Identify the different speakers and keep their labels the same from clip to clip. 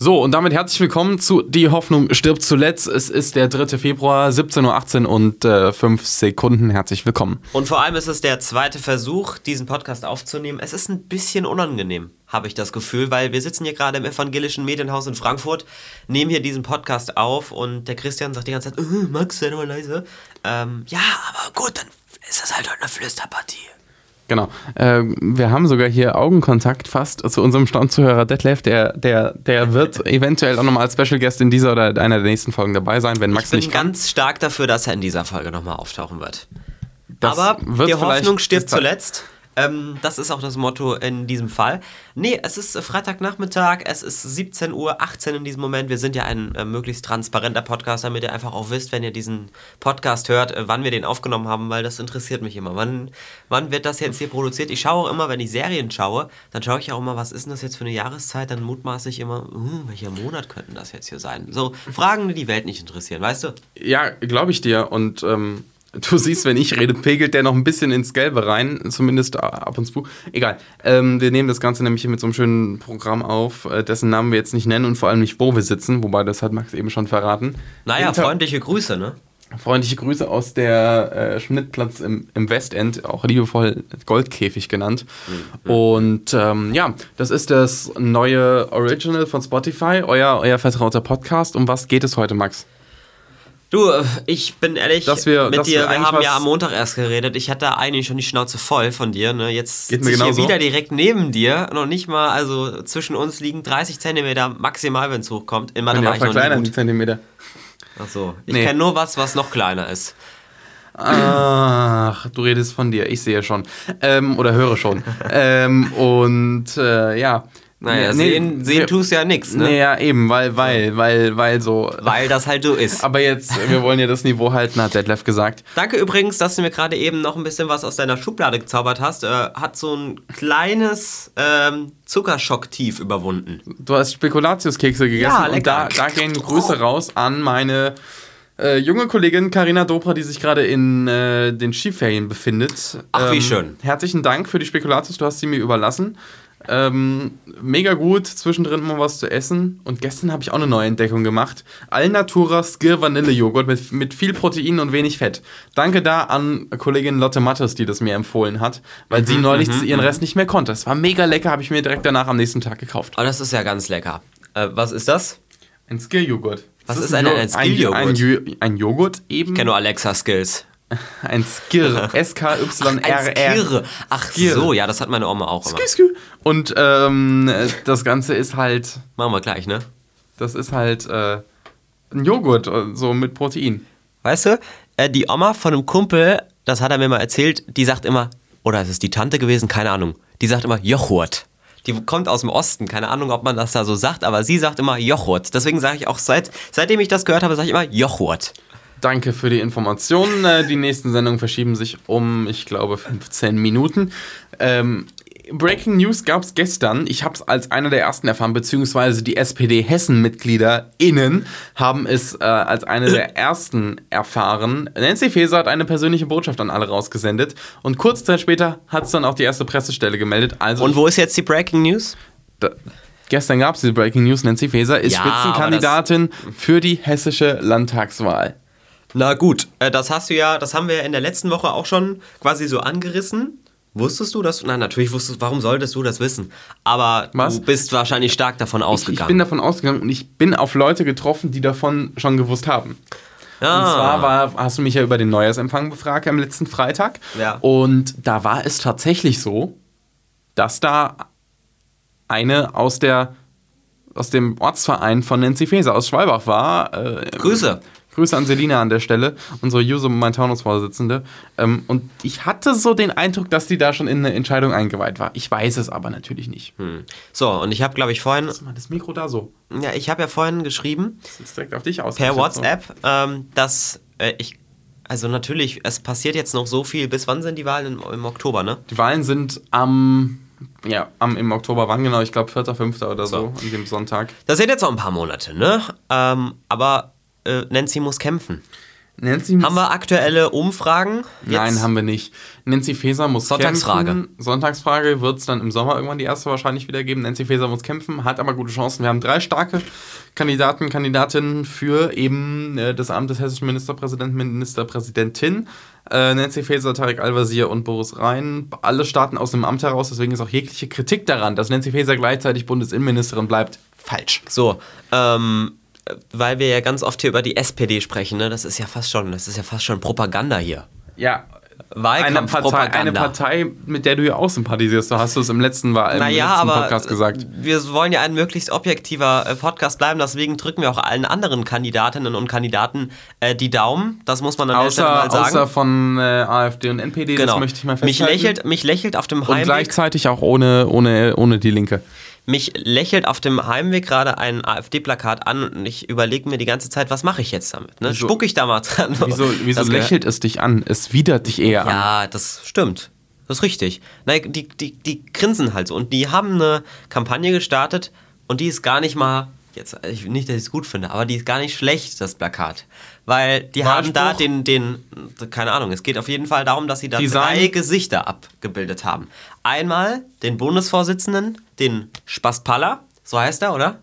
Speaker 1: So, und damit herzlich willkommen zu Die Hoffnung stirbt zuletzt. Es ist der 3. Februar, 17.18 Uhr und äh, 5 Sekunden. Herzlich willkommen.
Speaker 2: Und vor allem ist es der zweite Versuch, diesen Podcast aufzunehmen. Es ist ein bisschen unangenehm, habe ich das Gefühl, weil wir sitzen hier gerade im evangelischen Medienhaus in Frankfurt, nehmen hier diesen Podcast auf und der Christian sagt die ganze Zeit, äh, Max, sei doch mal leise. Ähm, ja, aber gut, dann ist das halt heute eine Flüsterpartie.
Speaker 1: Genau. Ähm, wir haben sogar hier Augenkontakt fast zu unserem Stammzuhörer Detlef. Der, der, der wird eventuell auch nochmal als Special Guest in dieser oder einer der nächsten Folgen dabei sein, wenn
Speaker 2: Ich
Speaker 1: Max
Speaker 2: bin
Speaker 1: nicht kann.
Speaker 2: ganz stark dafür, dass er in dieser Folge nochmal auftauchen wird.
Speaker 1: Das
Speaker 2: Aber
Speaker 1: wird
Speaker 2: die
Speaker 1: vielleicht-
Speaker 2: Hoffnung stirbt
Speaker 1: das-
Speaker 2: zuletzt. Ähm, das ist auch das Motto in diesem Fall. Nee, es ist äh, Freitagnachmittag, es ist 17 Uhr, 18 in diesem Moment. Wir sind ja ein äh, möglichst transparenter Podcast, damit ihr einfach auch wisst, wenn ihr diesen Podcast hört, äh, wann wir den aufgenommen haben, weil das interessiert mich immer. Wann, wann wird das jetzt hier produziert? Ich schaue auch immer, wenn ich Serien schaue, dann schaue ich auch immer, was ist denn das jetzt für eine Jahreszeit? Dann mutmaße ich immer, hm, welcher Monat könnten das jetzt hier sein? So Fragen, die die Welt nicht interessieren, weißt du?
Speaker 1: Ja, glaube ich dir. Und ähm, du siehst, wenn ich rede, pegelt der noch ein bisschen ins Gelbe rein, zumindest a- ab und zu. Egal. Ähm, wir nehmen das Ganze nämlich hier mit so einem schönen Programm auf, äh, dessen Namen wir jetzt nicht nennen und vor allem nicht, wo wir sitzen, wobei das hat Max eben schon verraten.
Speaker 2: Naja,
Speaker 1: Inter-
Speaker 2: freundliche Grüße, ne?
Speaker 1: Freundliche Grüße aus der äh, Schnittplatz im, im Westend, auch liebevoll Goldkäfig genannt.
Speaker 2: Mhm.
Speaker 1: Und ähm, ja, das ist das neue Original von Spotify, euer, euer vertrauter Podcast. Um was geht es heute, Max?
Speaker 2: Du, äh, ich bin ehrlich
Speaker 1: Dass wir-
Speaker 2: mit
Speaker 1: dass wir
Speaker 2: dir, wir,
Speaker 1: eigentlich
Speaker 2: haben ja
Speaker 1: was-
Speaker 2: am Montag erst geredet. Ich hatte eigentlich schon die Schnauze voll von dir. Ne? Jetzt
Speaker 1: Geht
Speaker 2: sitze
Speaker 1: mir
Speaker 2: ich hier
Speaker 1: genauso.
Speaker 2: wieder direkt neben dir. Noch nicht mal, also zwischen uns liegen 30 Zentimeter maximal, wenn es hochkommt. In Mathe
Speaker 1: Kann
Speaker 2: Ah, war
Speaker 1: ich
Speaker 2: ich
Speaker 1: auch
Speaker 2: noch nie
Speaker 1: verkleinern, die
Speaker 2: gut.
Speaker 1: Zentimeter.
Speaker 2: Ach so. Ich
Speaker 1: Nee.
Speaker 2: kenne nur was, was noch kleiner ist.
Speaker 1: Ach, du redest von dir, ich sehe schon. Ähm, oder höre schon. ähm, und äh, ja.
Speaker 2: Naja, sehen, sehen tust ja nichts, ne?
Speaker 1: Nee, ja, eben, weil, weil, weil, weil so.
Speaker 2: Weil das halt so ist.
Speaker 1: Aber jetzt, wir wollen ja das Niveau halten, hat Detlef gesagt.
Speaker 2: Danke übrigens, dass du mir gerade eben noch ein bisschen was aus deiner Schublade gezaubert hast. Äh, hat so ein kleines ähm, Zuckerschock-Tief überwunden.
Speaker 1: Du hast Spekulatiuskekse gegessen
Speaker 2: Ja,
Speaker 1: und da,
Speaker 2: lecker.
Speaker 1: da gehen Grüße raus an meine äh, junge Kollegin Karina Dobra, die sich gerade in äh, den Skiferien befindet. Ähm,
Speaker 2: Ach, wie schön.
Speaker 1: Herzlichen Dank für die Spekulatius, du hast sie mir überlassen. Ähm, mega gut, zwischendrin mal was zu essen. Und gestern habe ich auch eine neue Entdeckung gemacht. Alnatura Skir Vanillejoghurt mit, mit viel Protein und wenig Fett. Danke da an Kollegin Lotte Mattes, die das mir empfohlen hat, weil
Speaker 2: Mhm,
Speaker 1: sie neulich ihren Rest nicht mehr konnte. Es war mega lecker, habe ich mir direkt danach am nächsten Tag gekauft.
Speaker 2: Aber Oh, das ist ja ganz lecker. Äh, was ist das?
Speaker 1: Ein Skill-Joghurt.
Speaker 2: Was
Speaker 1: Es
Speaker 2: ist ein-
Speaker 1: Jo-
Speaker 2: ein Skill-Joghurt? Genau.
Speaker 1: Ein, Jo- ein Joghurt eben.
Speaker 2: Ich kenne nur Alexa-Skills.
Speaker 1: Ein Skill. S-K-Y-R-R.
Speaker 2: Skirre. Ach
Speaker 1: Skirre.
Speaker 2: so, ja, das hat meine Oma auch immer.
Speaker 1: Skü, skü. Und ähm, äh, das Ganze ist halt,
Speaker 2: Machen wir gleich, ne?
Speaker 1: das ist halt äh, ein Joghurt, äh, so mit Protein.
Speaker 2: Weißt du, äh, die Oma von einem Kumpel, das hat er mir mal erzählt, die sagt immer, oder es ist die Tante gewesen, keine Ahnung, die sagt immer Jochurt. Die kommt aus dem Osten, keine Ahnung, ob man das da so sagt, aber sie sagt immer Jochurt. Deswegen sage ich auch, seit, seitdem ich das gehört habe, sage ich immer Jochurt.
Speaker 1: Danke für die Informationen. Äh, die nächsten Sendungen verschieben sich um, ich glaube, 15 Minuten. Ähm, Breaking News gab es gestern. Ich habe es als einer der ersten erfahren, beziehungsweise die SPD-Hessen-MitgliederInnen haben es äh, als eine der ersten erfahren. Nancy Faeser hat eine persönliche Botschaft an alle rausgesendet und kurze Zeit später hat es dann auch die erste Pressestelle gemeldet. Also
Speaker 2: Und wo ist jetzt die Breaking News?
Speaker 1: da, gestern gab es die Breaking News. Nancy Faeser ist
Speaker 2: Ja, aber das-
Speaker 1: Spitzenkandidatin für die hessische Landtagswahl.
Speaker 2: Na gut, äh, das hast du ja, das haben wir ja in der letzten Woche auch schon quasi so angerissen. Wusstest du das? Nein, natürlich wusstest du, warum solltest du das wissen? Aber
Speaker 1: Was?
Speaker 2: du bist wahrscheinlich stark davon
Speaker 1: Ich
Speaker 2: ausgegangen.
Speaker 1: bin davon ausgegangen und ich bin auf Leute getroffen, die davon schon gewusst haben. Und
Speaker 2: Ah.
Speaker 1: zwar war, hast du mich ja über den Neujahrsempfang befragt am letzten Freitag.
Speaker 2: Ja.
Speaker 1: Und da war es tatsächlich so, dass da eine aus der aus dem Ortsverein von Nancy Faeser aus Schwalbach war. Äh,
Speaker 2: Grüße.
Speaker 1: Grüße an Selina an der Stelle, unsere Juso Montanus-Vorsitzende. Ähm, und ich hatte so den Eindruck, dass die da schon in eine Entscheidung eingeweiht war. Ich weiß es aber natürlich nicht.
Speaker 2: Hm. So, und ich habe, glaube ich, vorhin,
Speaker 1: Guck mal, Das Mikro da so.
Speaker 2: ja, ich habe ja vorhin geschrieben,
Speaker 1: Das ist direkt auf dich aus.
Speaker 2: per WhatsApp, ähm, dass äh, ich, also natürlich, es passiert jetzt noch so viel, bis wann sind die Wahlen im, im Oktober, ne?
Speaker 1: Die Wahlen sind am, ja, am im Oktober, wann genau? Ich glaube, 4.5. oder so, an dem Sonntag.
Speaker 2: Das sind jetzt noch ein paar Monate, ne? Ähm, aber äh, Nancy muss kämpfen.
Speaker 1: Nancy
Speaker 2: Haben wir aktuelle Umfragen? jetzt?
Speaker 1: Nein, haben wir nicht. Nancy Faeser muss
Speaker 2: Sonntagsfrage.
Speaker 1: kämpfen. Sonntagsfrage wird es dann im Sommer irgendwann die erste wahrscheinlich wieder geben. Nancy Faeser muss kämpfen, hat aber gute Chancen. Wir haben drei starke Kandidaten, Kandidatinnen für eben äh, das Amt des hessischen Ministerpräsidenten, Ministerpräsidentin. Äh, Nancy Faeser, Tarek Al-Wazir und Boris Rhein. Alle starten aus dem Amt heraus, deswegen ist auch jegliche Kritik daran, dass Nancy Faeser gleichzeitig Bundesinnenministerin bleibt, falsch.
Speaker 2: So, ähm, weil wir ja ganz oft hier über die SPD sprechen, ne? Das ist ja fast schon, das ist ja fast schon Propaganda hier.
Speaker 1: Ja, eine Partei,
Speaker 2: Wahlkampfpropaganda.
Speaker 1: eine Partei, mit der du ja auch sympathisierst. Du hast es im letzten, Wahl- im
Speaker 2: Naja,
Speaker 1: letzten
Speaker 2: aber
Speaker 1: Podcast gesagt.
Speaker 2: wir wollen ja ein möglichst objektiver äh, Podcast bleiben, deswegen drücken wir auch allen anderen Kandidatinnen und Kandidaten äh, die Daumen. Das muss man an der Stelle
Speaker 1: Außer,
Speaker 2: mal sagen.
Speaker 1: außer von äh, AfD und NPD,
Speaker 2: genau.
Speaker 1: das möchte ich mal
Speaker 2: mich,
Speaker 1: festhalten.
Speaker 2: lächelt, mich lächelt auf dem
Speaker 1: und
Speaker 2: Heimweg
Speaker 1: gleichzeitig auch ohne, ohne, ohne die Linke.
Speaker 2: Mich lächelt auf dem Heimweg gerade ein AfD-Plakat an und ich überlege mir die ganze Zeit, was mache ich jetzt damit? Ne?
Speaker 1: Wieso-
Speaker 2: Spucke ich da mal dran?
Speaker 1: Wieso, wieso
Speaker 2: Das gehört-
Speaker 1: lächelt es dich an? Es widert dich eher an.
Speaker 2: Ja, das stimmt. Das ist richtig. Nein, die, die, die grinsen halt so. Und die haben eine Kampagne gestartet und die ist gar nicht mal, jetzt ich, nicht, dass ich es gut finde, aber die ist gar nicht schlecht, das Plakat. Weil die haben da
Speaker 1: Wahlspruch?
Speaker 2: den, den, keine Ahnung, es geht auf jeden Fall darum, dass sie da
Speaker 1: Design?
Speaker 2: drei Gesichter abgebildet haben. Einmal den Bundesvorsitzenden, den Spastpalla, so heißt er, oder?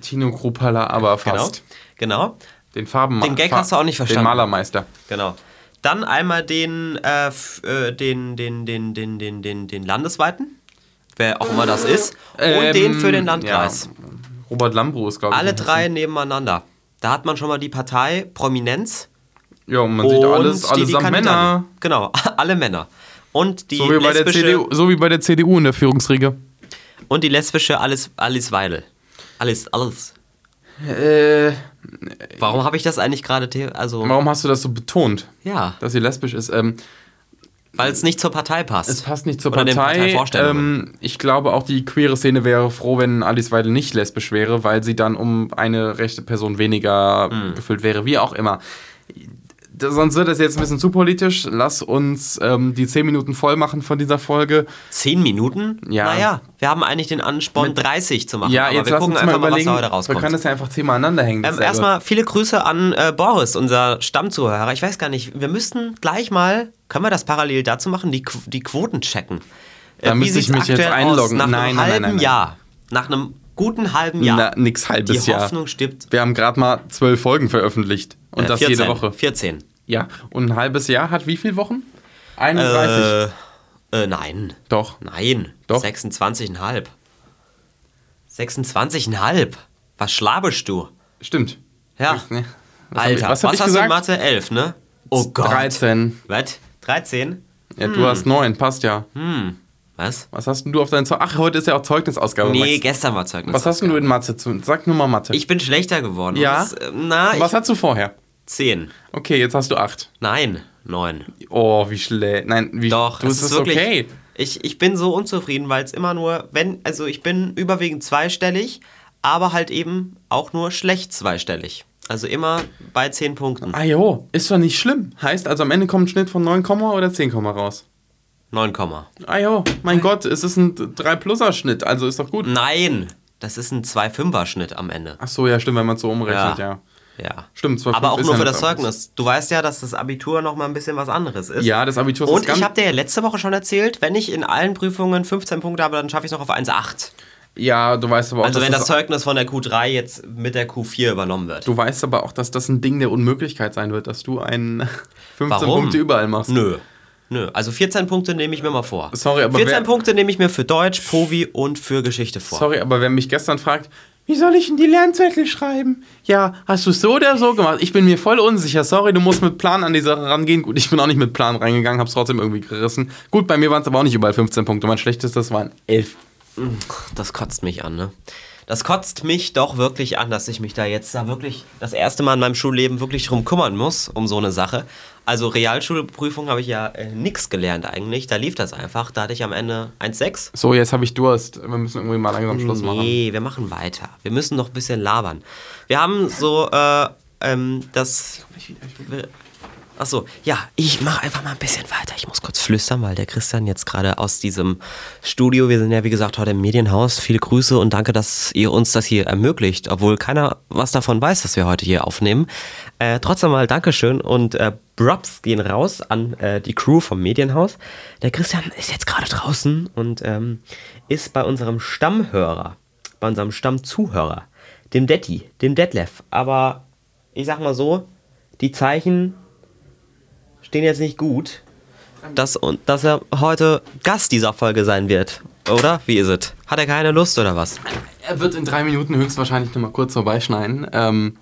Speaker 1: Tino Kruppala aber fast.
Speaker 2: Genau. Genau.
Speaker 1: Den Farben
Speaker 2: Den Gag hast du auch nicht verstanden.
Speaker 1: Den Malermeister.
Speaker 2: Genau. Dann einmal den, äh, f- äh, den, den, den, den, den, den, den landesweiten, wer auch immer das ist, und
Speaker 1: Ähm,
Speaker 2: den für den Landkreis.
Speaker 1: ja. Robert Lambro ist, glaube ich. ne?
Speaker 2: Alle
Speaker 1: in
Speaker 2: drei nebeneinander. Da hat man schon mal die Partei Prominenz
Speaker 1: Hessen. Ja, und man sieht alles,
Speaker 2: und die, die
Speaker 1: allesamt Männer.
Speaker 2: Kandidaten. Genau, alle Männer. Und die
Speaker 1: So wie, bei der
Speaker 2: lesbische
Speaker 1: CDU, so wie bei der CDU in der Führungsriege.
Speaker 2: und die lesbische Alice, Alice Weidel. Alice, Alice.
Speaker 1: Äh,
Speaker 2: Warum habe ich das eigentlich gerade? the- Also
Speaker 1: warum hast du das so betont?
Speaker 2: ja,
Speaker 1: Dass sie lesbisch ist. Ähm,
Speaker 2: weil es nicht zur Partei passt.
Speaker 1: Es passt nicht zur
Speaker 2: Oder den
Speaker 1: Partei.
Speaker 2: Parteivorstellungen.
Speaker 1: Ähm, ich glaube, auch die queere Szene wäre froh, wenn Alice Weidel nicht lesbisch wäre, weil sie dann um eine rechte Person weniger
Speaker 2: Hm.
Speaker 1: gefüllt wäre, wie auch immer. D- Sonst wird das jetzt ein bisschen zu politisch. Lass uns ähm, die 10 Minuten voll machen von dieser Folge.
Speaker 2: Zehn Minuten?
Speaker 1: Ja.
Speaker 2: Naja, wir haben eigentlich den Ansporn, 30 zu machen.
Speaker 1: ja,
Speaker 2: aber
Speaker 1: jetzt
Speaker 2: wir
Speaker 1: lass uns
Speaker 2: gucken
Speaker 1: mal
Speaker 2: einfach mal, was
Speaker 1: überlegen.
Speaker 2: da heute
Speaker 1: wir können
Speaker 2: rauskommt.
Speaker 1: das ja einfach zehnmal aneinander hängen.
Speaker 2: Ähm,
Speaker 1: dasselbe.
Speaker 2: erstmal viele Grüße an äh, Boris, unser Stammzuhörer. Ich weiß gar nicht, wir müssten gleich mal, können wir das parallel dazu machen, die, Qu die Quoten checken. Äh,
Speaker 1: Da müsste ich
Speaker 2: sieht's
Speaker 1: mich jetzt
Speaker 2: aktuell aus?
Speaker 1: einloggen.
Speaker 2: Nach einem
Speaker 1: Nein, nein, nein,
Speaker 2: halben
Speaker 1: nein, nein.
Speaker 2: Jahr. Nach einem guten halben Jahr.
Speaker 1: Na, nix
Speaker 2: die
Speaker 1: halbes Jahr.
Speaker 2: Hoffnung stirbt.
Speaker 1: Wir haben gerade mal zwölf Folgen veröffentlicht. Und
Speaker 2: äh,
Speaker 1: das
Speaker 2: 14,
Speaker 1: jede Woche.
Speaker 2: 14.
Speaker 1: Ja, und ein halbes Jahr hat wie viele Wochen? Hm, 31.
Speaker 2: Äh, äh, nein.
Speaker 1: Doch.
Speaker 2: Nein.
Speaker 1: Doch.
Speaker 2: 26,5. 26,5. Was schlaberst du?
Speaker 1: Stimmt.
Speaker 2: Ja.
Speaker 1: Was, ne? Was
Speaker 2: Alter,
Speaker 1: hab ich-
Speaker 2: was,
Speaker 1: was hab ich
Speaker 2: hast du
Speaker 1: gesagt?
Speaker 2: in Mathe? 11, ne? Oh Gott. Hm.
Speaker 1: 13.
Speaker 2: Was? 13?
Speaker 1: Ja, du hast 9, passt ja.
Speaker 2: Was?
Speaker 1: Was hast denn du auf deinen Zeugnis? Ach, heute ist ja auch Zeugnisausgabe.
Speaker 2: Nee,
Speaker 1: Oh, Max.
Speaker 2: gestern war Zeugnis.
Speaker 1: Was hast denn du in Mathe? Zu? Sag nur mal Mathe.
Speaker 2: Ich bin schlechter geworden.
Speaker 1: Ja?
Speaker 2: Das, äh, na,
Speaker 1: Was
Speaker 2: ich,
Speaker 1: hast du vorher?
Speaker 2: 10.
Speaker 1: Okay, jetzt hast du 8.
Speaker 2: Nein, 9.
Speaker 1: Oh, wie schlecht. Nein, wie
Speaker 2: Doch,
Speaker 1: du,
Speaker 2: es ist wirklich.
Speaker 1: okay.
Speaker 2: Ich, ich bin so unzufrieden, weil es immer nur, wenn, also ich bin überwiegend zweistellig, aber halt eben auch nur schlecht zweistellig. Also immer bei 10 Punkten.
Speaker 1: Ah jo, ist doch nicht schlimm. Heißt also am Ende kommt ein Schnitt von 9, oder 10, raus.
Speaker 2: 9, Komma.
Speaker 1: Ah jo, mein Gott, es ist ein 3-Pluser-Schnitt, also ist doch gut.
Speaker 2: Nein, das ist ein 2,5er-Schnitt am Ende.
Speaker 1: Ach so, ja, stimmt, wenn man so umrechnet, ja.
Speaker 2: Ja.
Speaker 1: Stimmt, zwar
Speaker 2: Aber
Speaker 1: fünf
Speaker 2: auch
Speaker 1: ist
Speaker 2: nur
Speaker 1: ja
Speaker 2: für
Speaker 1: noch
Speaker 2: das
Speaker 1: was anderes.
Speaker 2: Zeugnis. Du weißt ja, dass das Abitur nochmal ein bisschen was anderes ist.
Speaker 1: Ja, das Abitur ist
Speaker 2: Und
Speaker 1: ganz-
Speaker 2: ich habe dir ja letzte Woche schon erzählt, wenn ich in allen Prüfungen 15 Punkte habe, dann schaffe ich es noch auf 1,8.
Speaker 1: Ja, du weißt aber auch,
Speaker 2: Also
Speaker 1: dass
Speaker 2: wenn das
Speaker 1: das
Speaker 2: Zeugnis von der Q3 jetzt mit der Q4 übernommen wird.
Speaker 1: Du weißt aber auch, dass das ein Ding der Unmöglichkeit sein wird, dass du einen 15
Speaker 2: Warum?
Speaker 1: Punkte überall machst.
Speaker 2: Nö. Nö, also 14 Punkte nehme ich mir mal vor.
Speaker 1: Sorry, aber
Speaker 2: 14
Speaker 1: wer-
Speaker 2: Punkte nehme ich mir für Deutsch, Povi und für Geschichte vor.
Speaker 1: Sorry, aber wer mich gestern fragt, wie soll ich denn die Lernzettel schreiben? Ja, hast du es so oder so gemacht? Ich bin mir voll unsicher. Sorry, du musst mit Plan an die Sache rangehen. Gut, ich bin auch nicht mit Plan reingegangen, hab's trotzdem irgendwie gerissen. Gut, bei mir waren es aber auch nicht überall 15 Punkte. Mein schlechtestes waren 11.
Speaker 2: Das kotzt mich an, ne? Das kotzt mich doch wirklich an, dass ich mich da jetzt da wirklich das erste Mal in meinem Schulleben wirklich drum kümmern muss, um so eine Sache. Also Realschulprüfung habe ich ja äh, nix gelernt eigentlich. Da lief das einfach. Da hatte ich am Ende 1,6.
Speaker 1: So, jetzt habe ich Durst. Wir müssen irgendwie mal langsam Schluss machen.
Speaker 2: Nee, wir machen weiter. Wir müssen noch ein bisschen labern. Wir haben so äh, ähm, das. Achso, ja, ich mache einfach mal ein bisschen weiter. Ich muss kurz flüstern, weil der Christian jetzt gerade aus diesem Studio, wir sind ja wie gesagt heute im Medienhaus, viele Grüße und danke, dass ihr uns das hier ermöglicht, obwohl keiner was davon weiß, dass wir heute hier aufnehmen. Äh, trotzdem mal Dankeschön und äh, Props gehen raus an äh, die Crew vom Medienhaus. Der Christian ist jetzt gerade draußen und ähm, ist bei unserem Stammhörer, bei unserem Stammzuhörer, dem Detti, dem Detlef. Aber ich sag mal so, die Zeichen stehen jetzt nicht gut, dass, und, dass er heute Gast dieser Folge sein wird. Oder? Wie ist es? Hat er keine Lust oder was?
Speaker 1: Er wird in drei Minuten höchstwahrscheinlich nochmal kurz vorbeischneiden. Ähm,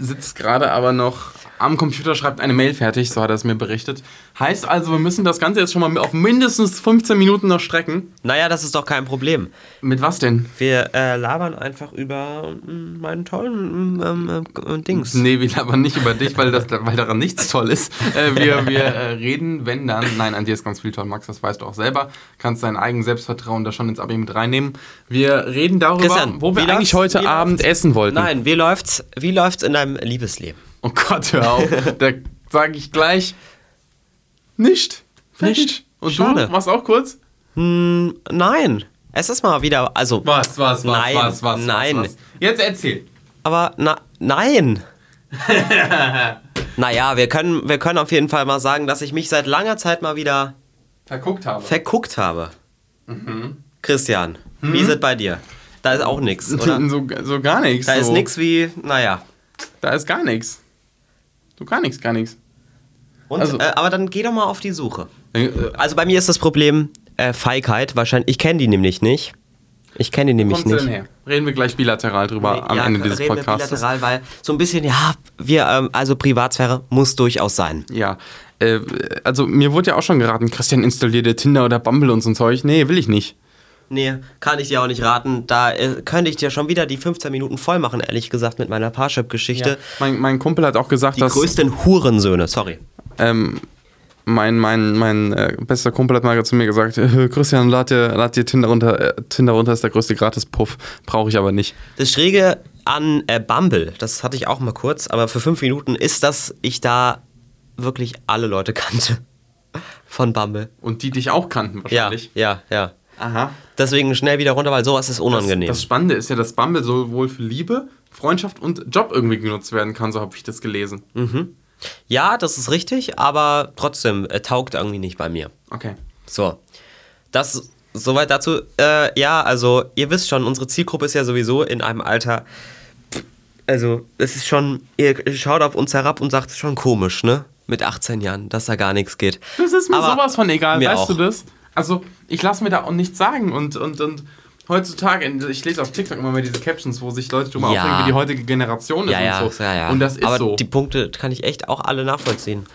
Speaker 1: Sitzt gerade aber noch am Computer, schreibt eine Mail fertig, so hat er es mir berichtet. Heißt also, wir müssen das Ganze jetzt schon mal auf mindestens 15 Minuten noch strecken.
Speaker 2: Naja, das ist doch kein Problem.
Speaker 1: Mit was denn?
Speaker 2: Wir äh, labern einfach über mm, meinen tollen mm, ähm, äh, Dings.
Speaker 1: Nee, wir labern nicht über dich, weil, das, weil daran nichts toll ist. Äh, wir wir äh, reden, wenn dann. Nein, an dir ist ganz viel toll, Max, das weißt du auch selber. Kannst dein eigenes Selbstvertrauen da schon ins Abi mit reinnehmen. Wir reden darüber,
Speaker 2: Christian,
Speaker 1: wo wir
Speaker 2: wie
Speaker 1: eigentlich
Speaker 2: läuft's?
Speaker 1: heute
Speaker 2: Wie
Speaker 1: Abend essen wollten.
Speaker 2: Nein, wie läuft's, wie läuft's in deinem Liebesleben?
Speaker 1: Oh Gott, hör auf. da sage ich gleich nicht. Fertig.
Speaker 2: Nicht.
Speaker 1: Und
Speaker 2: Schade.
Speaker 1: du machst auch kurz?
Speaker 2: Hm, nein. Es ist mal wieder, also,
Speaker 1: Was, was, was,
Speaker 2: Nein,
Speaker 1: was, was,
Speaker 2: nein.
Speaker 1: was, was. Jetzt erzähl.
Speaker 2: aber na, nein. naja, wir können, wir können auf jeden Fall mal sagen, dass ich mich seit langer Zeit mal wieder
Speaker 1: Verguckt habe.
Speaker 2: verguckt habe.
Speaker 1: Mhm.
Speaker 2: Christian,
Speaker 1: Hm?
Speaker 2: wie ist es bei dir? Da ist auch nichts, oder?
Speaker 1: so, so gar nichts.
Speaker 2: Da ist
Speaker 1: so.
Speaker 2: nichts wie, naja.
Speaker 1: Da ist gar nichts. So gar nichts, gar nichts.
Speaker 2: Und,
Speaker 1: Also-
Speaker 2: äh, aber dann geh doch mal auf die Suche.
Speaker 1: Äh,
Speaker 2: Also bei mir ist das Problem äh, Feigheit. Wahrscheinlich, ich kenne die nämlich nicht. Ich kenne die nämlich
Speaker 1: kommst du
Speaker 2: nicht.
Speaker 1: denn her? Reden wir gleich bilateral drüber am
Speaker 2: ja,
Speaker 1: Ende dieses
Speaker 2: reden Wir
Speaker 1: Podcasts.
Speaker 2: bilateral, weil so ein bisschen, ja, wir, ähm, also Privatsphäre muss durchaus sein.
Speaker 1: Ja, äh, also mir wurde ja auch schon geraten, Christian installiert dir Tinder oder Bumble und so ein Zeug. Nee, will ich nicht.
Speaker 2: Nee, kann ich dir auch nicht raten. Da äh, könnte ich dir schon wieder die 15 Minuten voll machen, ehrlich gesagt, mit meiner Parship-Geschichte.
Speaker 1: Mein, mein Kumpel hat auch gesagt,
Speaker 2: Die
Speaker 1: dass
Speaker 2: größten Hurensöhne, sorry.
Speaker 1: ähm, mein, mein, mein äh, bester Kumpel hat mal zu mir gesagt, äh, Christian, lad dir, lad dir Tinder runter. Äh, Tinder runter ist der größte Gratis-Puff. Brauche ich aber nicht.
Speaker 2: Das Schräge an äh, Bumble, das hatte ich auch mal kurz, aber für fünf Minuten ist, dass ich da wirklich alle Leute kannte. Von Bumble.
Speaker 1: Und die dich auch kannten
Speaker 2: Ja,
Speaker 1: wahrscheinlich.
Speaker 2: ja, ja.
Speaker 1: Aha.
Speaker 2: Deswegen schnell wieder runter, weil sowas ist unangenehm.
Speaker 1: Das, das Spannende ist ja, dass Bumble sowohl für Liebe, Freundschaft und Job irgendwie genutzt werden kann, so habe ich das gelesen.
Speaker 2: ja, das ist richtig, aber trotzdem äh, taugt irgendwie nicht bei mir.
Speaker 1: Okay.
Speaker 2: So, das soweit dazu. Äh, ja, also ihr wisst schon, unsere Zielgruppe ist ja sowieso in einem Alter. Also es ist schon, ihr schaut auf uns herab und sagt, es ist schon komisch, ne? Mit 18 Jahren, dass da gar nichts geht.
Speaker 1: Das ist mir
Speaker 2: Aber
Speaker 1: sowas von egal,
Speaker 2: mir
Speaker 1: weißt
Speaker 2: auch.
Speaker 1: du das? Also, ich lasse mir da auch nichts sagen und, und, und heutzutage, ich lese auf TikTok immer mehr diese Captions, wo sich Leute drüber
Speaker 2: Ja.
Speaker 1: aufregen, wie die heutige Generation ist
Speaker 2: Ja, ja,
Speaker 1: und so.
Speaker 2: ja, ja.
Speaker 1: Und das ist
Speaker 2: Aber
Speaker 1: so.
Speaker 2: die Punkte kann ich echt auch alle nachvollziehen.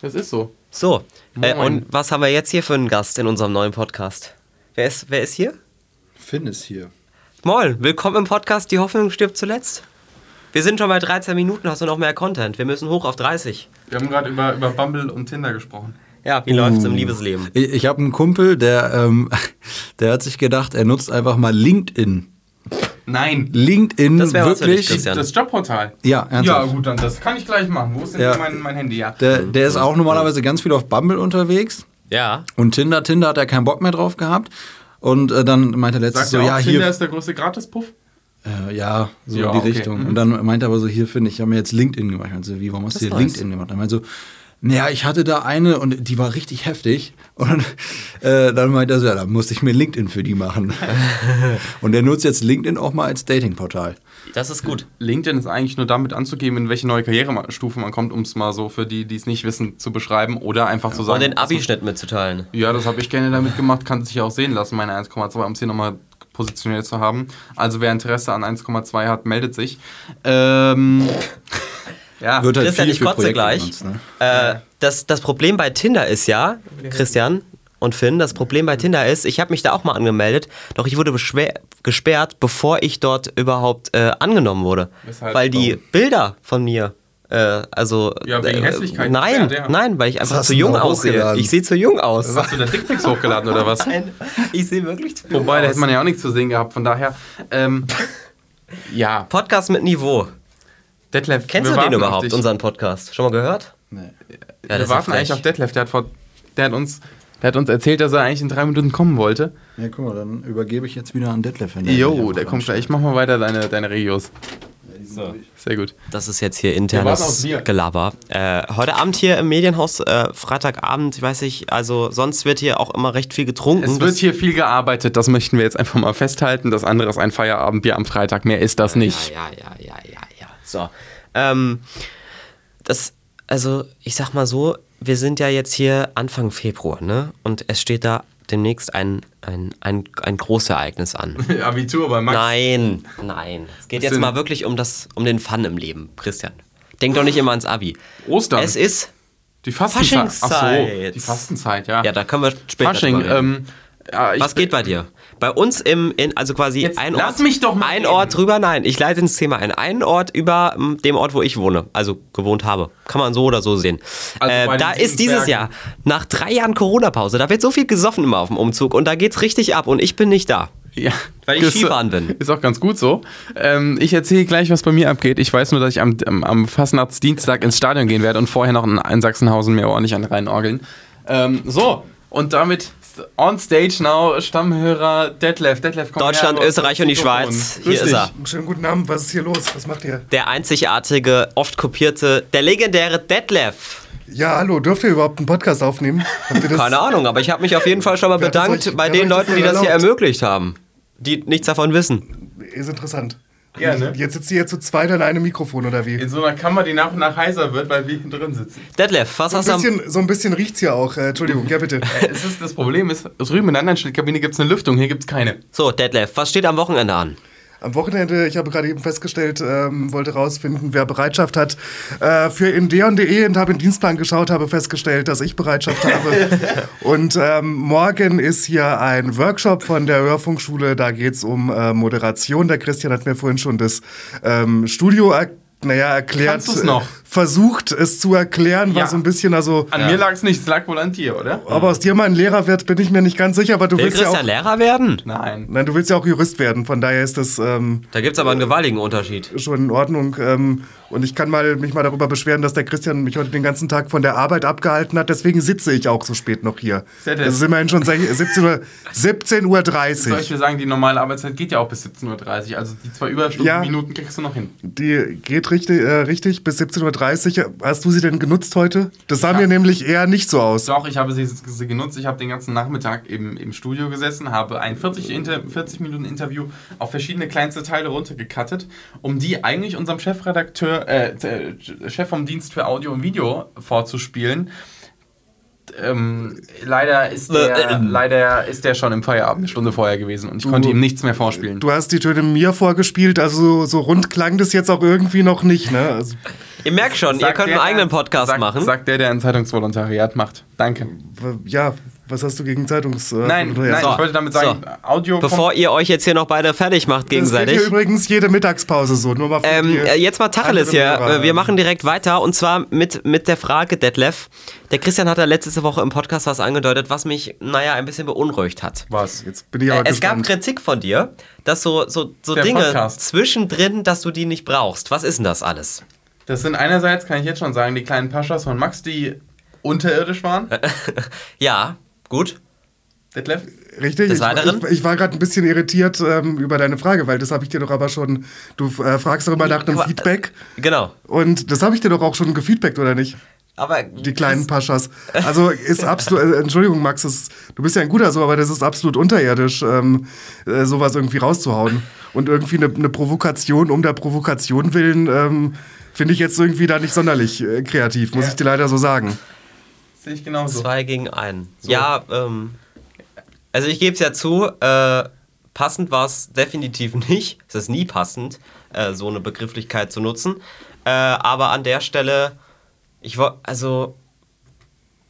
Speaker 1: Das ist so.
Speaker 2: So, äh,
Speaker 1: Moin.
Speaker 2: und was haben wir jetzt hier für einen Gast in unserem neuen Podcast? Wer ist, wer ist hier?
Speaker 3: Finn ist hier.
Speaker 2: Moin, willkommen im Podcast Die Hoffnung stirbt zuletzt. Wir sind schon bei 13 Minuten, hast du noch mehr Content. Wir müssen hoch auf 30.
Speaker 1: Wir haben gerade über, über Bumble und Tinder gesprochen.
Speaker 2: Ja, wie läuft's
Speaker 1: Uh.
Speaker 2: im Liebesleben?
Speaker 3: Ich, ich habe einen Kumpel, der, ähm, der hat sich gedacht, er nutzt einfach mal LinkedIn.
Speaker 1: Nein.
Speaker 3: LinkedIn
Speaker 2: Das wär was für dich,
Speaker 3: wirklich.
Speaker 2: Christian.
Speaker 1: Das Jobportal.
Speaker 3: Ja,
Speaker 1: Ja,
Speaker 3: ernsthaft.
Speaker 1: gut, dann das kann ich gleich machen. Wo ist denn
Speaker 3: Ja.
Speaker 1: hier mein, mein Handy? Ja.
Speaker 3: der, der ist auch normalerweise ganz viel auf Bumble unterwegs
Speaker 2: Ja.
Speaker 3: und Tinder. Tinder hat er keinen Bock mehr drauf gehabt. Und äh, dann meinte er
Speaker 1: Sagt
Speaker 3: letztens so,
Speaker 1: er auch,
Speaker 3: ja,
Speaker 1: Tinder
Speaker 3: hier.
Speaker 1: ist der größte Gratispuff?
Speaker 3: Äh, ja, so
Speaker 1: Ja,
Speaker 3: in die
Speaker 1: okay.
Speaker 3: Richtung.
Speaker 1: Mhm.
Speaker 3: Und dann meinte er aber so, hier finde ich, ich habe mir jetzt LinkedIn gemacht. Also, wie, warum hast du
Speaker 2: ist
Speaker 3: hier
Speaker 2: nice.
Speaker 3: LinkedIn gemacht? Dann meinte er so, naja, ich hatte da eine und die war richtig heftig. Und äh, dann meinte er so, ja, dann musste ich mir LinkedIn für die machen. und er nutzt jetzt LinkedIn auch mal als Datingportal.
Speaker 2: Das ist gut.
Speaker 1: LinkedIn ist eigentlich nur damit anzugeben, in welche neue Karrierestufe man kommt, um es mal so für die, die es nicht wissen, zu beschreiben oder einfach zu
Speaker 2: Und
Speaker 1: sagen.
Speaker 2: den Abischnitt mitzuteilen.
Speaker 1: Ja, das habe ich gerne damit gemacht, kann sich ja auch sehen lassen, meine 1,2, um es hier nochmal positionell zu haben. Also wer Interesse an 1,2 hat, meldet sich. Ähm, ja,
Speaker 3: Wird halt
Speaker 2: Christian,
Speaker 3: viel
Speaker 2: ich
Speaker 3: für
Speaker 2: kotze
Speaker 3: Projekte
Speaker 2: gleich.
Speaker 3: genutzt, ne?
Speaker 2: Äh, das, das Problem bei Tinder ist ja, Christian und Finn, das Problem bei Tinder ist, ich habe mich da auch mal angemeldet, doch ich wurde beschwer- gesperrt, bevor ich dort überhaupt äh, angenommen wurde.
Speaker 1: Weshalb?
Speaker 2: weil die
Speaker 1: Warum?
Speaker 2: Bilder von mir. Äh, also
Speaker 1: Ja, wegen
Speaker 2: äh,
Speaker 1: Hässlichkeit
Speaker 2: Nein,
Speaker 1: gesperrt, ja.
Speaker 2: nein, weil ich einfach
Speaker 3: hast
Speaker 2: zu
Speaker 3: du
Speaker 2: jung
Speaker 3: da
Speaker 2: aussehe.
Speaker 3: hochgeladen?
Speaker 2: Ich sehe zu jung aus.
Speaker 1: hast du da Dickpics hochgeladen oder was?
Speaker 2: Nein, ich sehe wirklich zu jung
Speaker 1: Wobei, da
Speaker 2: aus.
Speaker 1: hätte man ja auch nichts zu sehen gehabt, von daher. Ähm, ja,
Speaker 2: Podcast mit Niveau.
Speaker 1: Detlef,
Speaker 2: Kennst
Speaker 1: wir
Speaker 2: du den
Speaker 1: warten auf
Speaker 2: überhaupt,
Speaker 1: dich.
Speaker 2: unseren Podcast? Schon mal gehört?
Speaker 3: Nee.
Speaker 2: das
Speaker 1: wir
Speaker 2: ist ja
Speaker 1: warten eigentlich
Speaker 2: frech.
Speaker 1: auf Detlef. Der hat, vor, der, hat uns, der hat uns erzählt, dass er eigentlich in drei Minuten kommen wollte.
Speaker 3: Ja, guck mal, dann übergebe ich jetzt wieder an Detlef. wenn
Speaker 1: Jo,
Speaker 3: mich
Speaker 1: der
Speaker 3: einfach
Speaker 1: kommt gleich. Ich mach mal weiter deine, deine Regios.
Speaker 3: So.
Speaker 1: Sehr gut.
Speaker 2: Das ist jetzt hier
Speaker 1: Wir warten auf
Speaker 2: internes
Speaker 1: Bier.
Speaker 2: Gelaber. Äh, heute Abend hier im Medienhaus, äh, Freitagabend, ich weiß nicht, also sonst wird hier auch immer recht viel getrunken.
Speaker 1: Es wird
Speaker 2: Das-
Speaker 1: hier viel gearbeitet, das möchten wir jetzt einfach mal festhalten. Das andere ist ein Feierabendbier am Freitag, mehr ist das nicht.
Speaker 2: Ja, ja, ja, ja, ja, ja. So. Ähm, das, also, ich sag mal so, wir sind ja jetzt hier Anfang Februar, ne? Und es steht da demnächst ein, ein, ein, ein Großereignis an.
Speaker 1: Abitur bei Max.
Speaker 2: Nein, nein. Es geht
Speaker 1: Was
Speaker 2: jetzt
Speaker 1: denn?
Speaker 2: mal wirklich um, das, um den Fun im Leben, Christian. Denk doch nicht immer ans Abi.
Speaker 1: Ostern.
Speaker 2: Es ist.
Speaker 1: Die Fastenzeit.
Speaker 2: Faschingszeit.
Speaker 1: Ach so, die Fastenzeit, ja.
Speaker 2: Ja, da können wir später.
Speaker 1: Fasching.
Speaker 2: drüber
Speaker 1: Ähm,
Speaker 2: reden.
Speaker 1: ja, ich
Speaker 2: Was geht bei dir? Bei uns im, in, also quasi
Speaker 1: Jetzt
Speaker 2: ein
Speaker 1: lass
Speaker 2: Ort,
Speaker 1: mich doch mal
Speaker 2: ein
Speaker 1: reden.
Speaker 2: Ort drüber, nein, ich leite ins Thema ein. Ein Ort über m, dem Ort, wo ich wohne, also gewohnt habe. Kann man so oder so sehen.
Speaker 1: Also bei den
Speaker 2: äh, da ist
Speaker 1: Siegensbergen.
Speaker 2: dieses Jahr, nach drei Jahren Corona-Pause, da wird so viel gesoffen immer auf dem Umzug und da geht's richtig ab und ich bin nicht da.
Speaker 1: Ja.
Speaker 2: Weil ich
Speaker 1: Ist-
Speaker 2: Skifahren bin.
Speaker 1: Ist auch ganz gut so. Ähm, ich erzähle gleich, was bei mir abgeht. Ich weiß nur, dass ich am, am, am Fastnachtsdienstag ins Stadion gehen werde und vorher noch in, in Sachsenhausen mir ordentlich an reinorgeln. Ähm, so, und damit on stage now Stammhörer Detlef. Detlef kommt
Speaker 2: Deutschland,
Speaker 1: her.
Speaker 2: Österreich und die Schweiz. Hier
Speaker 1: Grüß
Speaker 2: ist
Speaker 1: dich.
Speaker 2: er.
Speaker 4: Schönen guten Abend, was ist hier los? Was macht ihr?
Speaker 2: Der einzigartige, oft kopierte, der legendäre Detlef.
Speaker 4: Ja, hallo, dürft ihr überhaupt einen Podcast aufnehmen? Habt ihr das-
Speaker 2: Keine Ahnung, aber ich habe mich auf jeden Fall schon mal
Speaker 4: Wer hat das
Speaker 2: bedankt
Speaker 4: euch-
Speaker 2: bei
Speaker 4: wer
Speaker 2: den
Speaker 4: hat euch das
Speaker 2: Leuten, die
Speaker 4: denn
Speaker 2: das hier
Speaker 4: erlaubt?
Speaker 2: ermöglicht haben, die nichts davon wissen.
Speaker 4: Ist interessant.
Speaker 1: Ja, ne?
Speaker 4: Jetzt sitzt ihr hier zu zweit an einem Mikrofon oder wie?
Speaker 1: In so einer Kammer, die nach und nach heißer wird, weil wir hier drin sitzen.
Speaker 2: Detlef, was hast
Speaker 4: So
Speaker 2: du
Speaker 4: ein
Speaker 2: am
Speaker 4: bisschen, so ein bisschen riecht's hier auch. Äh, Entschuldigung, ja bitte.
Speaker 1: Es ist, das Problem ist, drüben in der anderen Schnittkabine gibt es eine Lüftung, hier gibt es keine.
Speaker 2: So, Detlef, was steht am Wochenende an?
Speaker 4: Am Wochenende, ich habe gerade eben festgestellt, ähm, wollte rausfinden, wer Bereitschaft hat äh, für indeon.de und habe in den Dienstplan geschaut, habe festgestellt, dass ich Bereitschaft habe. und ähm, morgen ist hier ein Workshop von der Hörfunkschule, da geht es um äh, Moderation. Der Christian hat mir vorhin schon das ähm, Studio er naja, erklärt. äh,
Speaker 1: Kannst du's noch?
Speaker 4: Versucht es zu erklären, war
Speaker 1: Ja.
Speaker 4: so ein bisschen, also.
Speaker 1: An mir lag es nicht, es lag wohl an dir, oder?
Speaker 4: Ob aus dir mal ein Lehrer wird, bin ich mir nicht ganz sicher, aber du
Speaker 2: Will
Speaker 4: willst ja auch.
Speaker 2: Christian Lehrer werden?
Speaker 1: Nein.
Speaker 4: Nein, du willst ja auch Jurist werden, von daher ist das. Ähm,
Speaker 2: Da gibt's aber einen gewaltigen Unterschied.
Speaker 4: schon in Ordnung. Ähm, und ich kann mal, mich mal darüber beschweren, dass der Christian mich heute den ganzen Tag von der Arbeit abgehalten hat. Deswegen sitze ich auch so spät noch hier.
Speaker 1: Sehr nett.
Speaker 4: Es ist immerhin schon sech- 17 Uhr, 17 Uhr 30.
Speaker 1: Soll ich dir sagen, die normale Arbeitszeit geht ja auch bis 17.30 Uhr. Also die zwei Überstunden,
Speaker 4: Ja.
Speaker 1: Minuten kriegst du noch hin.
Speaker 4: Die geht richtig, äh, richtig bis 17.30 Uhr. Hast du sie denn genutzt heute? Das sah mir nämlich eher nicht so aus.
Speaker 1: Doch, ich habe sie, sie genutzt. Ich habe den ganzen Nachmittag im, im Studio gesessen, habe ein 40, Inter 40 Minuten Interview auf verschiedene kleinste Teile runtergekattet, um die eigentlich unserem Chefredakteur, äh, äh, Chef vom Dienst für Audio und Video vorzuspielen. Ähm, leider, ist der,
Speaker 2: Ähm.
Speaker 1: leider ist der schon im Feierabend eine Stunde vorher gewesen und ich konnte ihm nichts mehr vorspielen.
Speaker 4: Du hast die Töne mir vorgespielt, also so, so rund klang das jetzt auch irgendwie noch nicht. Ne? Also,
Speaker 2: Ihr merkt schon, ihr
Speaker 1: Sagt
Speaker 2: könnt
Speaker 1: der,
Speaker 2: einen eigenen
Speaker 1: der-
Speaker 2: Podcast
Speaker 1: sagt,
Speaker 2: machen.
Speaker 1: Sagt der, der ein Zeitungsvolontariat macht. Danke.
Speaker 4: w- ja, was hast du gegen Zeitungs... äh,
Speaker 1: Nein,
Speaker 4: Volontäre?
Speaker 1: nein,
Speaker 2: So,
Speaker 1: ich wollte damit sagen, Audio.
Speaker 2: Bevor ihr euch jetzt hier noch beide fertig macht
Speaker 4: Das geht
Speaker 2: gegenseitig.
Speaker 4: hier übrigens jede Mittagspause so. Nur mal für
Speaker 2: Ähm,
Speaker 4: die
Speaker 2: äh, jetzt mal Tacheles
Speaker 4: anderen
Speaker 2: hier.
Speaker 4: Hörer.
Speaker 2: Äh, Wir machen direkt weiter und zwar mit, mit der Frage, Detlef. Der Christian hat da letzte Woche im Podcast was angedeutet, was mich, naja, ein bisschen beunruhigt hat.
Speaker 1: was?
Speaker 4: Jetzt bin ich
Speaker 2: Äh,
Speaker 4: aber
Speaker 2: es gab
Speaker 4: gespannt.
Speaker 2: Kritik von dir, dass so, so, so
Speaker 1: Der
Speaker 2: Dinge
Speaker 1: Podcast.
Speaker 2: zwischendrin, dass du die nicht brauchst. Was ist denn das alles?
Speaker 1: Das sind einerseits, kann ich jetzt schon sagen, die kleinen Paschas von Max, die unterirdisch waren.
Speaker 2: Ja, gut.
Speaker 1: Detlef.
Speaker 4: Richtig,
Speaker 2: Des
Speaker 4: ich,
Speaker 2: Weiteren?
Speaker 4: ich, ich war gerade ein bisschen irritiert ähm, über deine Frage, weil das habe ich dir doch aber schon. Du äh, fragst doch immer nach einem
Speaker 2: Aber-
Speaker 4: Feedback
Speaker 2: Genau.
Speaker 4: und das habe ich dir doch auch schon gefeedbackt, oder nicht?
Speaker 2: Aber
Speaker 4: Die kleinen Paschas. Also ist absolut. Äh, Entschuldigung, Max, das, du bist ja ein guter so, aber das ist absolut unterirdisch, ähm, äh, sowas irgendwie rauszuhauen. Und irgendwie eine, eine Provokation um der Provokation willen, ähm, finde ich jetzt irgendwie da nicht sonderlich äh, kreativ, muss
Speaker 1: Ja.
Speaker 4: ich dir leider so sagen.
Speaker 1: Sehe ich genauso.
Speaker 2: Zwei gegen einen. Ja, ähm, also ich gebe es ja zu, äh, passend war es definitiv nicht. Es ist nie passend, äh, so eine Begrifflichkeit zu nutzen. Äh, aber an der Stelle, ich war, also,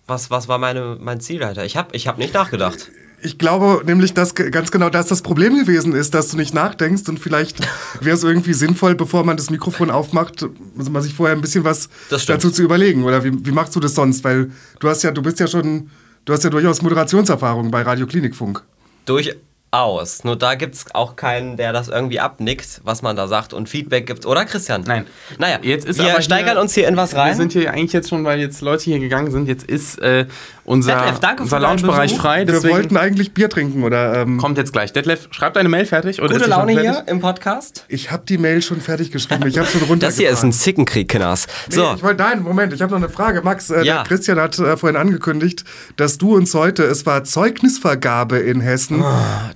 Speaker 2: was, was war meine, mein Ziel, Alter? Ich habe ich hab nicht nachgedacht.
Speaker 4: Ich glaube nämlich, dass ge- ganz genau das das Problem gewesen ist, dass du nicht nachdenkst und vielleicht wäre es irgendwie sinnvoll, bevor man das Mikrofon aufmacht, muss man sich vorher ein bisschen was
Speaker 2: Das stimmt.
Speaker 4: dazu zu überlegen. Oder wie, wie machst du das sonst? Weil du hast ja, du bist ja schon, du hast ja durchaus Moderationserfahrung bei Radio Klinikfunk.
Speaker 2: Durchaus aus. Nur da gibt es auch keinen, der das irgendwie abnickt, was man da sagt und Feedback gibt, oder Christian?
Speaker 1: Nein.
Speaker 2: Naja,
Speaker 1: Jetzt ist
Speaker 2: wir
Speaker 1: aber hier-
Speaker 2: steigern uns hier in was
Speaker 1: Wir
Speaker 2: rein.
Speaker 1: sind hier eigentlich jetzt schon, weil jetzt Leute hier gegangen sind. Jetzt ist äh, unser,
Speaker 2: Detlef, danke für
Speaker 1: unser
Speaker 2: deinen
Speaker 1: Loungebereich
Speaker 2: Besuch.
Speaker 1: frei.
Speaker 4: Wir
Speaker 1: Deswegen
Speaker 4: wollten eigentlich Bier trinken oder ähm,
Speaker 1: kommt jetzt gleich. Detlef, schreib deine Mail fertig. Oder ist
Speaker 2: Gute
Speaker 1: sie schon
Speaker 2: Laune
Speaker 1: fertig?
Speaker 2: hier im Podcast.
Speaker 4: ich habe die Mail schon fertig geschrieben. Ich habe schon runtergefahren.
Speaker 2: Das hier ist ein Zickenkrieg, Knas.
Speaker 4: So.
Speaker 2: So,
Speaker 4: Ich wollte, nein, Moment, ich habe noch eine Frage. Max, äh,
Speaker 2: Ja.
Speaker 4: der Christian hat äh, vorhin angekündigt, dass du uns heute, es war Zeugnisvergabe in Hessen,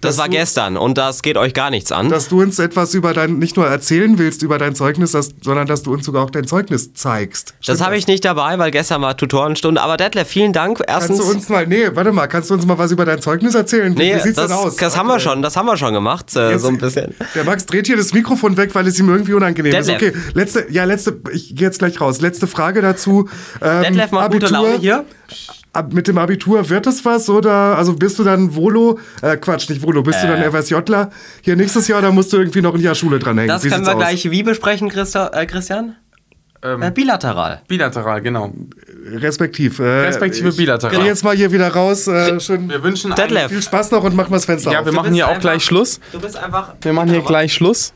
Speaker 2: das war gestern und das geht euch gar nichts an.
Speaker 4: dass du uns etwas über dein, nicht nur erzählen willst über dein Zeugnis, das, sondern dass du uns sogar auch dein Zeugnis zeigst.
Speaker 2: Das habe ich nicht dabei, weil gestern war Tutorenstunde. Aber Detlef, vielen Dank. Erstens.
Speaker 4: Kannst du uns mal, nee, warte mal, kannst du uns mal was über dein Zeugnis erzählen? Wie,
Speaker 2: nee,
Speaker 4: wie sieht's
Speaker 2: das,
Speaker 4: denn aus?
Speaker 2: das haben wir schon, das haben wir schon gemacht, äh, so ein bisschen.
Speaker 4: Der Max dreht hier das Mikrofon weg, weil es ihm irgendwie unangenehm ist. Okay,
Speaker 2: Detlef.
Speaker 4: letzte, ja, letzte, ich gehe jetzt gleich raus. Letzte Frage dazu. Ähm,
Speaker 2: Detlef, mal gute Laune hier.
Speaker 4: Ab, mit dem Abitur wird es was oder also bist du dann Volo, äh, Quatsch, nicht Volo, bist du dann FSJler hier nächstes Jahr oder musst du irgendwie noch ein Jahr Schule dranhängen?
Speaker 2: Das
Speaker 4: Wie
Speaker 2: können wir
Speaker 4: sieht's aus? Hm.
Speaker 2: gleich wie besprechen, Christo äh, Christian?
Speaker 1: Ähm.
Speaker 2: Äh, bilateral.
Speaker 1: Bilateral, genau.
Speaker 4: Respektiv. Äh,
Speaker 1: Respektive
Speaker 4: Ich
Speaker 1: bilateral.
Speaker 4: geh jetzt mal hier wieder raus. Äh, schön
Speaker 1: Wir wünschen
Speaker 2: Detlef.
Speaker 4: viel Spaß noch und mach mal das Fenster
Speaker 1: Ja,
Speaker 4: auf.
Speaker 1: wir machen
Speaker 2: bist
Speaker 1: hier auch
Speaker 2: einfach-
Speaker 1: gleich Schluss.
Speaker 2: Du bist einfach.
Speaker 1: Wir machen hier gleich Schluss.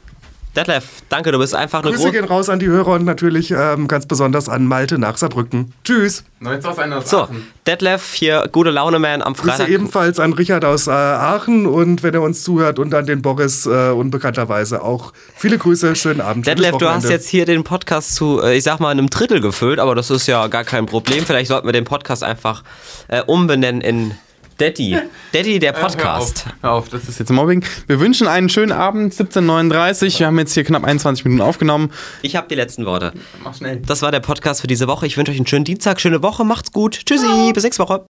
Speaker 2: Detlef, danke, du bist einfach eine
Speaker 4: Grüße
Speaker 2: große.
Speaker 4: gehen raus an die Hörer und natürlich ähm, ganz besonders an Malte nach Saarbrücken. Tschüss.
Speaker 1: Jetzt auf einer
Speaker 2: So, Detlef, hier gute Laune, Man, am
Speaker 4: Grüße
Speaker 2: Freitag.
Speaker 4: ebenfalls an Richard aus äh, Aachen und wenn er uns zuhört und an den Boris äh, unbekannterweise auch. Viele Grüße, schönen Abend. schönes
Speaker 2: Detlef, du hast
Speaker 4: Wochenende.
Speaker 2: jetzt hier den Podcast zu, äh, ich sag mal, einem Drittel gefüllt, aber das ist ja gar kein Problem. Vielleicht sollten wir den Podcast einfach äh, umbenennen in Detti. Detti, der Podcast.
Speaker 1: Hör auf, hör auf, das ist jetzt Mobbing. Wir wünschen einen schönen Abend, 17.39. Wir haben jetzt hier knapp 21 Minuten aufgenommen.
Speaker 2: Ich habe die letzten Worte.
Speaker 1: Mach schnell.
Speaker 2: Das war der Podcast für diese Woche. Ich wünsche euch einen schönen Dienstag, schöne Woche, macht's gut. Tschüssi, bis nächste Woche.